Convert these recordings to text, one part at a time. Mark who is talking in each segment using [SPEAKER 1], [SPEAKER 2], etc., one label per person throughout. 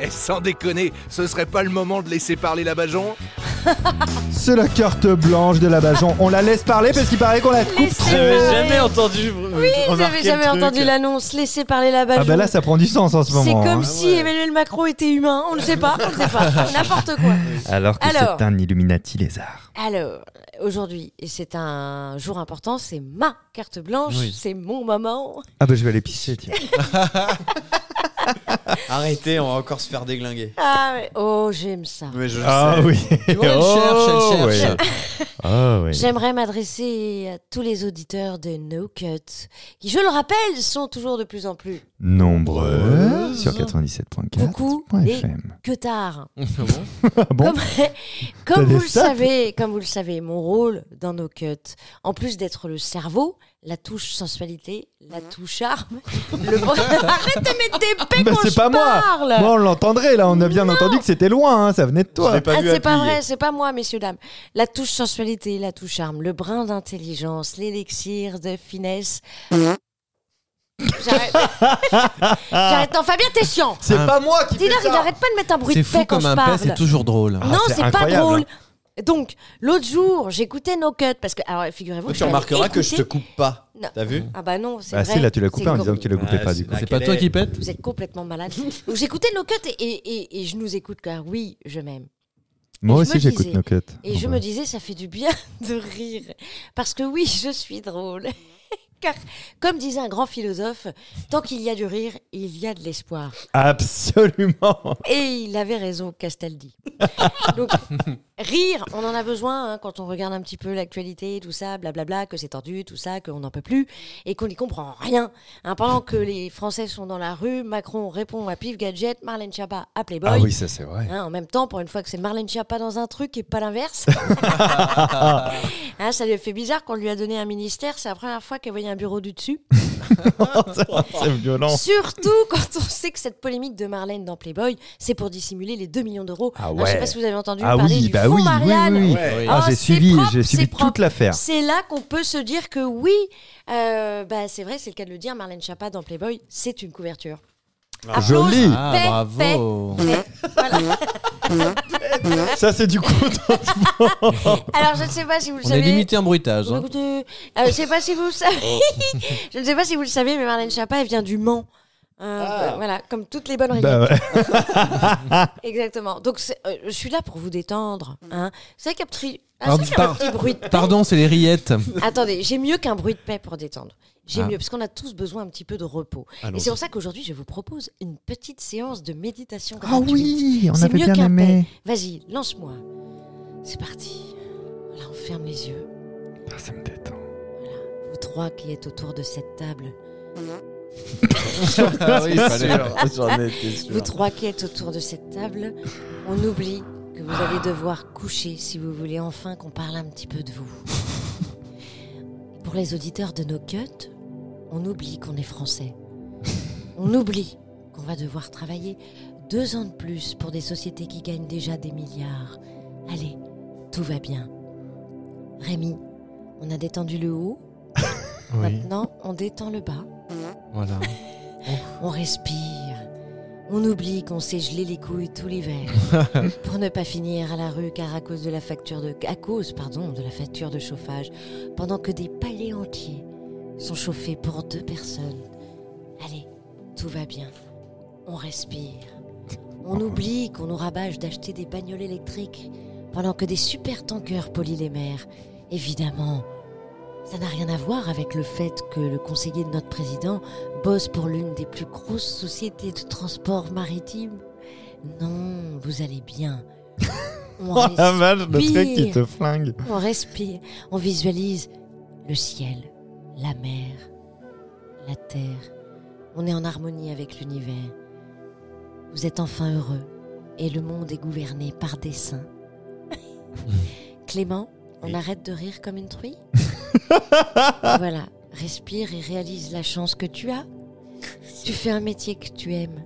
[SPEAKER 1] Et Eh, sans déconner, ce serait pas le moment de laisser parler la Bajon
[SPEAKER 2] C'est la carte blanche de la Bajon. On la laisse parler parce qu'il paraît qu'on la coupe.
[SPEAKER 3] J'avais
[SPEAKER 4] Ouais.
[SPEAKER 3] jamais entendu. Oui,
[SPEAKER 4] J'avais jamais entendu l'annonce. Laissez parler la
[SPEAKER 2] Ah
[SPEAKER 4] Bajon.
[SPEAKER 2] bah là, ça prend du sens en ce
[SPEAKER 4] c'est
[SPEAKER 2] moment.
[SPEAKER 4] comme
[SPEAKER 2] hein.
[SPEAKER 4] si Emmanuel Macron était humain. On ne sait pas. On ne sait pas. N'importe quoi.
[SPEAKER 5] Alors que
[SPEAKER 4] Alors.
[SPEAKER 5] c'est un Illuminati lézard.
[SPEAKER 4] Alors, aujourd'hui, et c'est un jour important, c'est ma carte blanche,
[SPEAKER 3] Oui.
[SPEAKER 4] c'est mon moment.
[SPEAKER 5] Ah bah je vais aller pisser, tiens.
[SPEAKER 3] Arrêtez, on va encore se faire déglinguer.
[SPEAKER 4] Ah ouais. Oh, j'aime ça.
[SPEAKER 3] Mais je le
[SPEAKER 5] Ah
[SPEAKER 3] sais.
[SPEAKER 5] oui.
[SPEAKER 3] Tu vois, elle cherche, elle cherche.
[SPEAKER 5] Ah oui.
[SPEAKER 4] J'aimerais m'adresser à tous les auditeurs de No Cut, qui, je le rappelle, sont toujours de plus en plus
[SPEAKER 5] Nombreux sur 97.4.
[SPEAKER 4] Beaucoup.
[SPEAKER 5] point
[SPEAKER 4] Et-
[SPEAKER 5] FM.
[SPEAKER 4] que tard.
[SPEAKER 3] Ah
[SPEAKER 2] Bon.
[SPEAKER 3] bon
[SPEAKER 4] Comme, comme
[SPEAKER 2] des
[SPEAKER 4] vous le
[SPEAKER 2] stats
[SPEAKER 4] savez, comme vous le savez, mon rôle dans No Cut, en plus d'être le cerveau, la touche sensualité, la
[SPEAKER 6] Mhm.
[SPEAKER 4] touche charme, le... arrête de mettre des pecs
[SPEAKER 2] Bah,
[SPEAKER 4] quand
[SPEAKER 2] c'est
[SPEAKER 4] je
[SPEAKER 2] pas moi.
[SPEAKER 4] parle.
[SPEAKER 2] Moi, on l'entendrait là. On a bien entendu que c'était loin. hein, Ça venait de
[SPEAKER 3] Je
[SPEAKER 2] toi.
[SPEAKER 3] l'ai pas
[SPEAKER 4] Ah,
[SPEAKER 3] vu
[SPEAKER 4] c'est pas
[SPEAKER 3] appuyer.
[SPEAKER 4] vrai, c'est pas moi, messieurs, dames. La touche sensualité, la touche charme, le brin d'intelligence, l'élixir de finesse. J'arrête. J'arrête. Non, Fabien, t'es chiant.
[SPEAKER 2] C'est pas moi qui
[SPEAKER 4] Dis
[SPEAKER 2] fais
[SPEAKER 4] leur, il
[SPEAKER 2] ça.
[SPEAKER 4] arrête pas de mettre un bruit de
[SPEAKER 6] C'est fou
[SPEAKER 4] paix quand
[SPEAKER 6] comme
[SPEAKER 4] je
[SPEAKER 6] un paix,
[SPEAKER 4] parle.
[SPEAKER 6] c'est toujours drôle.
[SPEAKER 5] Ah,
[SPEAKER 4] Non,
[SPEAKER 2] c'est
[SPEAKER 4] c'est pas
[SPEAKER 2] incroyable,
[SPEAKER 4] drôle.
[SPEAKER 5] hein.
[SPEAKER 4] Donc, l'autre jour, j'écoutais No Cut parce que, alors, figurez-vous, que
[SPEAKER 3] Tu
[SPEAKER 4] j'avais
[SPEAKER 3] remarqueras que je te
[SPEAKER 4] écouté-
[SPEAKER 3] coupe pas.
[SPEAKER 4] Non.
[SPEAKER 3] T'as vu
[SPEAKER 4] Ah bah non, c'est
[SPEAKER 5] Bah
[SPEAKER 4] vrai.
[SPEAKER 5] si, là tu l'as
[SPEAKER 4] C'est
[SPEAKER 5] coupé en
[SPEAKER 4] comme-
[SPEAKER 5] disant que tu l'as coupé
[SPEAKER 3] Ah,
[SPEAKER 5] pas
[SPEAKER 3] c'est
[SPEAKER 5] du coup.
[SPEAKER 3] dingue.
[SPEAKER 6] C'est pas toi qui pète
[SPEAKER 4] Vous êtes complètement malade. Donc, j'écoutais No Cut et, et- et- et je nous écoute car oui, je m'aime.
[SPEAKER 5] Moi
[SPEAKER 4] je me
[SPEAKER 5] aussi j'écoute bah.
[SPEAKER 4] disais-
[SPEAKER 5] nos cuts.
[SPEAKER 4] Et je me disais, ça fait du bien de rire. Parce que oui, je suis drôle. Car, comme disait un grand philosophe, tant qu'il y a du rire, il y a de l'espoir.
[SPEAKER 2] Absolument.
[SPEAKER 4] Et il avait raison, Castaldi. Donc, rire, on en a besoin hein, quand on regarde un petit peu l'actualité, tout ça, blablabla, que c'est tordu, tout ça, qu'on n'en peut plus et qu'on n'y comprend rien. Hein, pendant que les Français sont dans la rue, Macron répond à Pif Gadget, Marlène Schiappa à Playboy.
[SPEAKER 5] Ah
[SPEAKER 2] Ah
[SPEAKER 5] ça c'est vrai.
[SPEAKER 4] Hein, en même temps, pour une fois que c'est Marlène Schiappa dans un truc et pas l'inverse. Hein, ça lui a fait bizarre qu'on lui a donné un ministère. C'est la première fois qu'elle voyait un bureau du dessus. Ah.
[SPEAKER 2] C'est violent.
[SPEAKER 4] Surtout quand on sait que cette polémique de Marlène dans Playboy, c'est pour dissimuler les 2 millions d'euros.
[SPEAKER 2] Ah
[SPEAKER 4] Hein,
[SPEAKER 2] ouais.
[SPEAKER 4] je sais pas si vous avez entendu
[SPEAKER 2] Ah
[SPEAKER 4] parler
[SPEAKER 2] oui,
[SPEAKER 4] du
[SPEAKER 2] bah oui,
[SPEAKER 4] fonds
[SPEAKER 2] oui,
[SPEAKER 4] Marianne.
[SPEAKER 2] oui, oui.
[SPEAKER 3] Ouais.
[SPEAKER 4] Ah,
[SPEAKER 2] Ah, j'ai
[SPEAKER 4] c'est
[SPEAKER 2] suivi,
[SPEAKER 4] propre,
[SPEAKER 2] j'ai
[SPEAKER 4] c'est
[SPEAKER 2] suivi
[SPEAKER 4] propre.
[SPEAKER 2] toute l'affaire.
[SPEAKER 4] C'est là qu'on peut se dire que oui, euh, bah, c'est vrai, c'est le cas de le dire, Marlène Chapa dans Playboy, c'est une couverture. Applause.
[SPEAKER 2] Joli.
[SPEAKER 6] Ah,
[SPEAKER 4] Paix,
[SPEAKER 6] bravo.
[SPEAKER 2] Ça c'est du coup.
[SPEAKER 4] Alors je ne sais pas si vous le
[SPEAKER 6] On est
[SPEAKER 4] savez.
[SPEAKER 6] limité en bruitage. hein.
[SPEAKER 4] Écoutez, euh, je sais pas si vous le savez.
[SPEAKER 2] Oh.
[SPEAKER 4] je ne sais pas si vous le savez, mais Marlène Chapa, elle vient du Mans. Euh, bah, Voilà, comme toutes les bonnes règles.
[SPEAKER 2] Bah ouais.
[SPEAKER 4] Exactement. Donc c'est- euh, je suis là pour vous détendre. Hein. C'est vrai qu'un petit, ah, c'est
[SPEAKER 6] Pardon,
[SPEAKER 4] vrai qu'un
[SPEAKER 6] par-
[SPEAKER 4] petit bruit de paix.
[SPEAKER 6] Pardon, c'est les rillettes.
[SPEAKER 4] Attendez, j'ai mieux qu'un bruit de paix pour détendre. J'ai
[SPEAKER 6] Ah.
[SPEAKER 4] mieux, parce qu'on a tous besoin un petit peu de repos. Et c'est pour ça qu'aujourd'hui, je vous propose une petite séance de méditation
[SPEAKER 5] Ah
[SPEAKER 4] gratuite.
[SPEAKER 5] oui, on
[SPEAKER 4] C'est
[SPEAKER 5] avait
[SPEAKER 4] mieux
[SPEAKER 5] bien
[SPEAKER 4] qu'un
[SPEAKER 5] aimé.
[SPEAKER 4] Vas-y, lance-moi. C'est parti. Voilà, on ferme les yeux.
[SPEAKER 5] Ah, ça me détend.
[SPEAKER 4] Vous trois qui êtes autour de cette table.
[SPEAKER 3] Ah oui, fallait-
[SPEAKER 6] J'en étais sûr.
[SPEAKER 4] Vous trois qui êtes autour de cette table, on oublie que vous allez devoir coucher si vous voulez enfin qu'on parle un petit peu de vous. Pour les auditeurs de nos cuts, on oublie qu'on est français. On oublie qu'on va devoir travailler deux ans de plus pour des sociétés qui gagnent déjà des milliards. Allez, tout va bien. Rémi, on a détendu le haut,
[SPEAKER 6] Oui,
[SPEAKER 4] maintenant on détend le bas.
[SPEAKER 6] voilà.
[SPEAKER 4] On respire. On oublie qu'on s'est gelé les couilles tout l'hiver. pour ne pas finir à la rue car à cause de la facture de à cause pardon, de la facture de chauffage pendant que des palais entiers sont chauffés pour deux personnes. Allez, tout va bien. On respire. On oublie qu'on nous rabâche d'acheter des bagnoles électriques pendant que des super tankers polient les mers. Évidemment, ça n'a rien à voir avec le fait que le conseiller de notre président bosse pour l'une des plus grosses sociétés de transport maritime. Non, vous allez bien. On
[SPEAKER 2] Oh la
[SPEAKER 4] respire.
[SPEAKER 2] vache, le truc qui
[SPEAKER 4] Pire.
[SPEAKER 2] te flingue.
[SPEAKER 4] On respire, on visualise le ciel, la mer, la terre. On est en harmonie avec l'univers. Vous êtes enfin heureux et le monde est gouverné par des saints. Clément, on arrête de rire comme une truie Voilà, respire et réalise la chance que tu as. Tu fais un métier que tu aimes.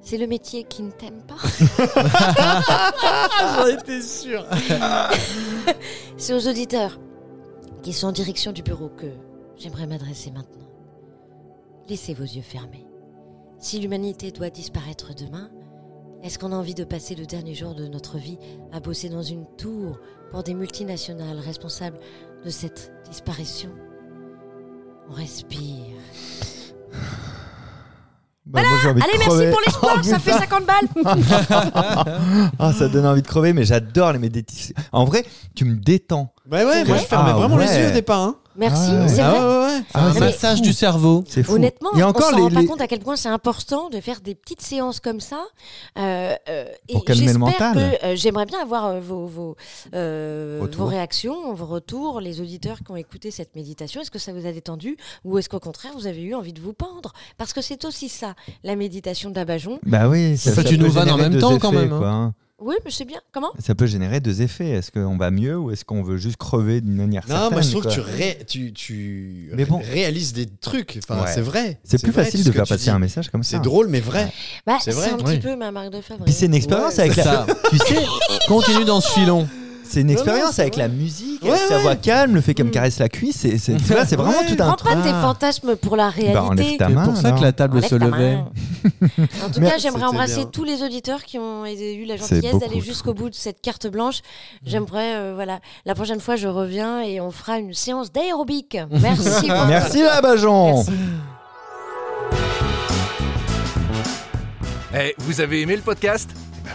[SPEAKER 4] C'est le métier qui ne t'aime pas.
[SPEAKER 6] J'en étais sûr.
[SPEAKER 4] C'est aux auditeurs qui sont en direction du bureau que j'aimerais m'adresser maintenant. Laissez vos yeux fermés. Si l'humanité doit disparaître demain, Est-ce qu'on a envie de passer le dernier jour de notre vie à bosser dans une tour pour des multinationales responsables de cette disparition On respire.
[SPEAKER 2] Bah, moi, j'ai envie de
[SPEAKER 4] Ah, Allez,
[SPEAKER 2] crever.
[SPEAKER 4] merci pour l'espoir,
[SPEAKER 2] Oh,
[SPEAKER 4] ça fait
[SPEAKER 2] putain.
[SPEAKER 4] 50 balles
[SPEAKER 2] Ah, ça donne envie de crever, mais j'adore les méditations. En vrai, tu me détends.
[SPEAKER 3] Bah ouais, moi je
[SPEAKER 2] Ah,
[SPEAKER 3] fermais vraiment les
[SPEAKER 2] ouais.
[SPEAKER 3] yeux au départ. Hein.
[SPEAKER 4] Merci,
[SPEAKER 2] Ah ouais.
[SPEAKER 4] c'est
[SPEAKER 3] Ah
[SPEAKER 4] vrai.
[SPEAKER 3] ouais, ouais, ouais.
[SPEAKER 2] Ah,
[SPEAKER 4] c'est
[SPEAKER 2] mais
[SPEAKER 6] Massage
[SPEAKER 2] fou.
[SPEAKER 6] du cerveau.
[SPEAKER 2] C'est fou.
[SPEAKER 4] Honnêtement,
[SPEAKER 2] Et
[SPEAKER 4] on
[SPEAKER 2] encore
[SPEAKER 4] s'en
[SPEAKER 2] les-
[SPEAKER 4] rend pas
[SPEAKER 2] les-
[SPEAKER 4] compte à quel point c'est important de faire des petites séances comme ça. Euh, euh, et
[SPEAKER 2] Pour calmer le
[SPEAKER 4] j'espère
[SPEAKER 2] mental.
[SPEAKER 4] que, euh, J'aimerais bien avoir euh, vos, vos, euh,
[SPEAKER 2] Retour.
[SPEAKER 4] vos réactions, vos retours, les auditeurs qui ont écouté cette méditation. Est-ce que ça vous a détendu ou est-ce qu'au contraire vous avez eu envie de vous pendre Parce que c'est aussi ça, la méditation d'Abajon.
[SPEAKER 2] Bah oui, ça,
[SPEAKER 6] Ça, tu
[SPEAKER 2] peut
[SPEAKER 6] nous vannes en
[SPEAKER 2] générer
[SPEAKER 6] même
[SPEAKER 2] deux
[SPEAKER 6] temps, quand
[SPEAKER 2] effets,
[SPEAKER 6] même, hein.
[SPEAKER 2] quoi, hein.
[SPEAKER 4] Oui, mais c'est bien. Comment
[SPEAKER 2] Ça peut générer deux effets. Est-ce qu'on va mieux ou est-ce qu'on veut juste crever d'une manière
[SPEAKER 3] Non, moi je
[SPEAKER 2] certaine,
[SPEAKER 3] trouve que tu,
[SPEAKER 2] quoi.
[SPEAKER 3] ré- tu, tu
[SPEAKER 2] Mais bon.
[SPEAKER 3] ré- réalises des trucs. Enfin,
[SPEAKER 2] Ouais.
[SPEAKER 3] c'est vrai.
[SPEAKER 2] C'est plus
[SPEAKER 3] vrai,
[SPEAKER 2] facile
[SPEAKER 3] tout
[SPEAKER 2] de
[SPEAKER 3] ce que
[SPEAKER 2] faire
[SPEAKER 3] tu
[SPEAKER 2] passer
[SPEAKER 3] dis.
[SPEAKER 2] un message comme ça.
[SPEAKER 3] C'est drôle, mais vrai.
[SPEAKER 4] bah,
[SPEAKER 3] C'est
[SPEAKER 4] C'est
[SPEAKER 3] vrai.
[SPEAKER 4] un
[SPEAKER 6] Oui.
[SPEAKER 4] petit peu ma marque de fabrique.
[SPEAKER 2] Puis c'est une expérience
[SPEAKER 3] Ouais,
[SPEAKER 2] avec la.
[SPEAKER 6] Ça, tu sais, continue dans ce filon.
[SPEAKER 2] C'est une
[SPEAKER 3] Non, non,
[SPEAKER 2] expérience
[SPEAKER 3] c'est
[SPEAKER 2] avec
[SPEAKER 3] vrai.
[SPEAKER 2] la musique,
[SPEAKER 3] Ouais,
[SPEAKER 2] avec sa
[SPEAKER 3] ouais.
[SPEAKER 2] voix calme, le fait qu'elle me
[SPEAKER 4] Mm.
[SPEAKER 2] caresse la cuisse. C'est, c'est, tu vois, c'est vraiment
[SPEAKER 3] Ouais.
[SPEAKER 2] tout un
[SPEAKER 4] Prends
[SPEAKER 2] truc.
[SPEAKER 4] pas tes fantasmes pour la réalité.
[SPEAKER 2] Bah, enlève ta
[SPEAKER 6] C'est
[SPEAKER 2] main.
[SPEAKER 6] pour ça
[SPEAKER 2] alors.
[SPEAKER 6] que la table
[SPEAKER 4] Enlève
[SPEAKER 6] se
[SPEAKER 4] ta
[SPEAKER 6] levait.
[SPEAKER 4] main. en tout
[SPEAKER 2] Mais-
[SPEAKER 4] cas, j'aimerais
[SPEAKER 3] C'était
[SPEAKER 4] embrasser
[SPEAKER 3] bien.
[SPEAKER 4] tous les auditeurs qui ont eu la
[SPEAKER 5] C'est
[SPEAKER 4] gentillesse d'aller
[SPEAKER 5] beaucoup,
[SPEAKER 4] jusqu'au bout de cette carte blanche. J'aimerais, euh, voilà, la prochaine fois, je reviens et on fera une séance d'aérobic. Merci. beaucoup.
[SPEAKER 2] Merci la Bajon.
[SPEAKER 1] Eh, vous avez aimé le podcast Eh ben,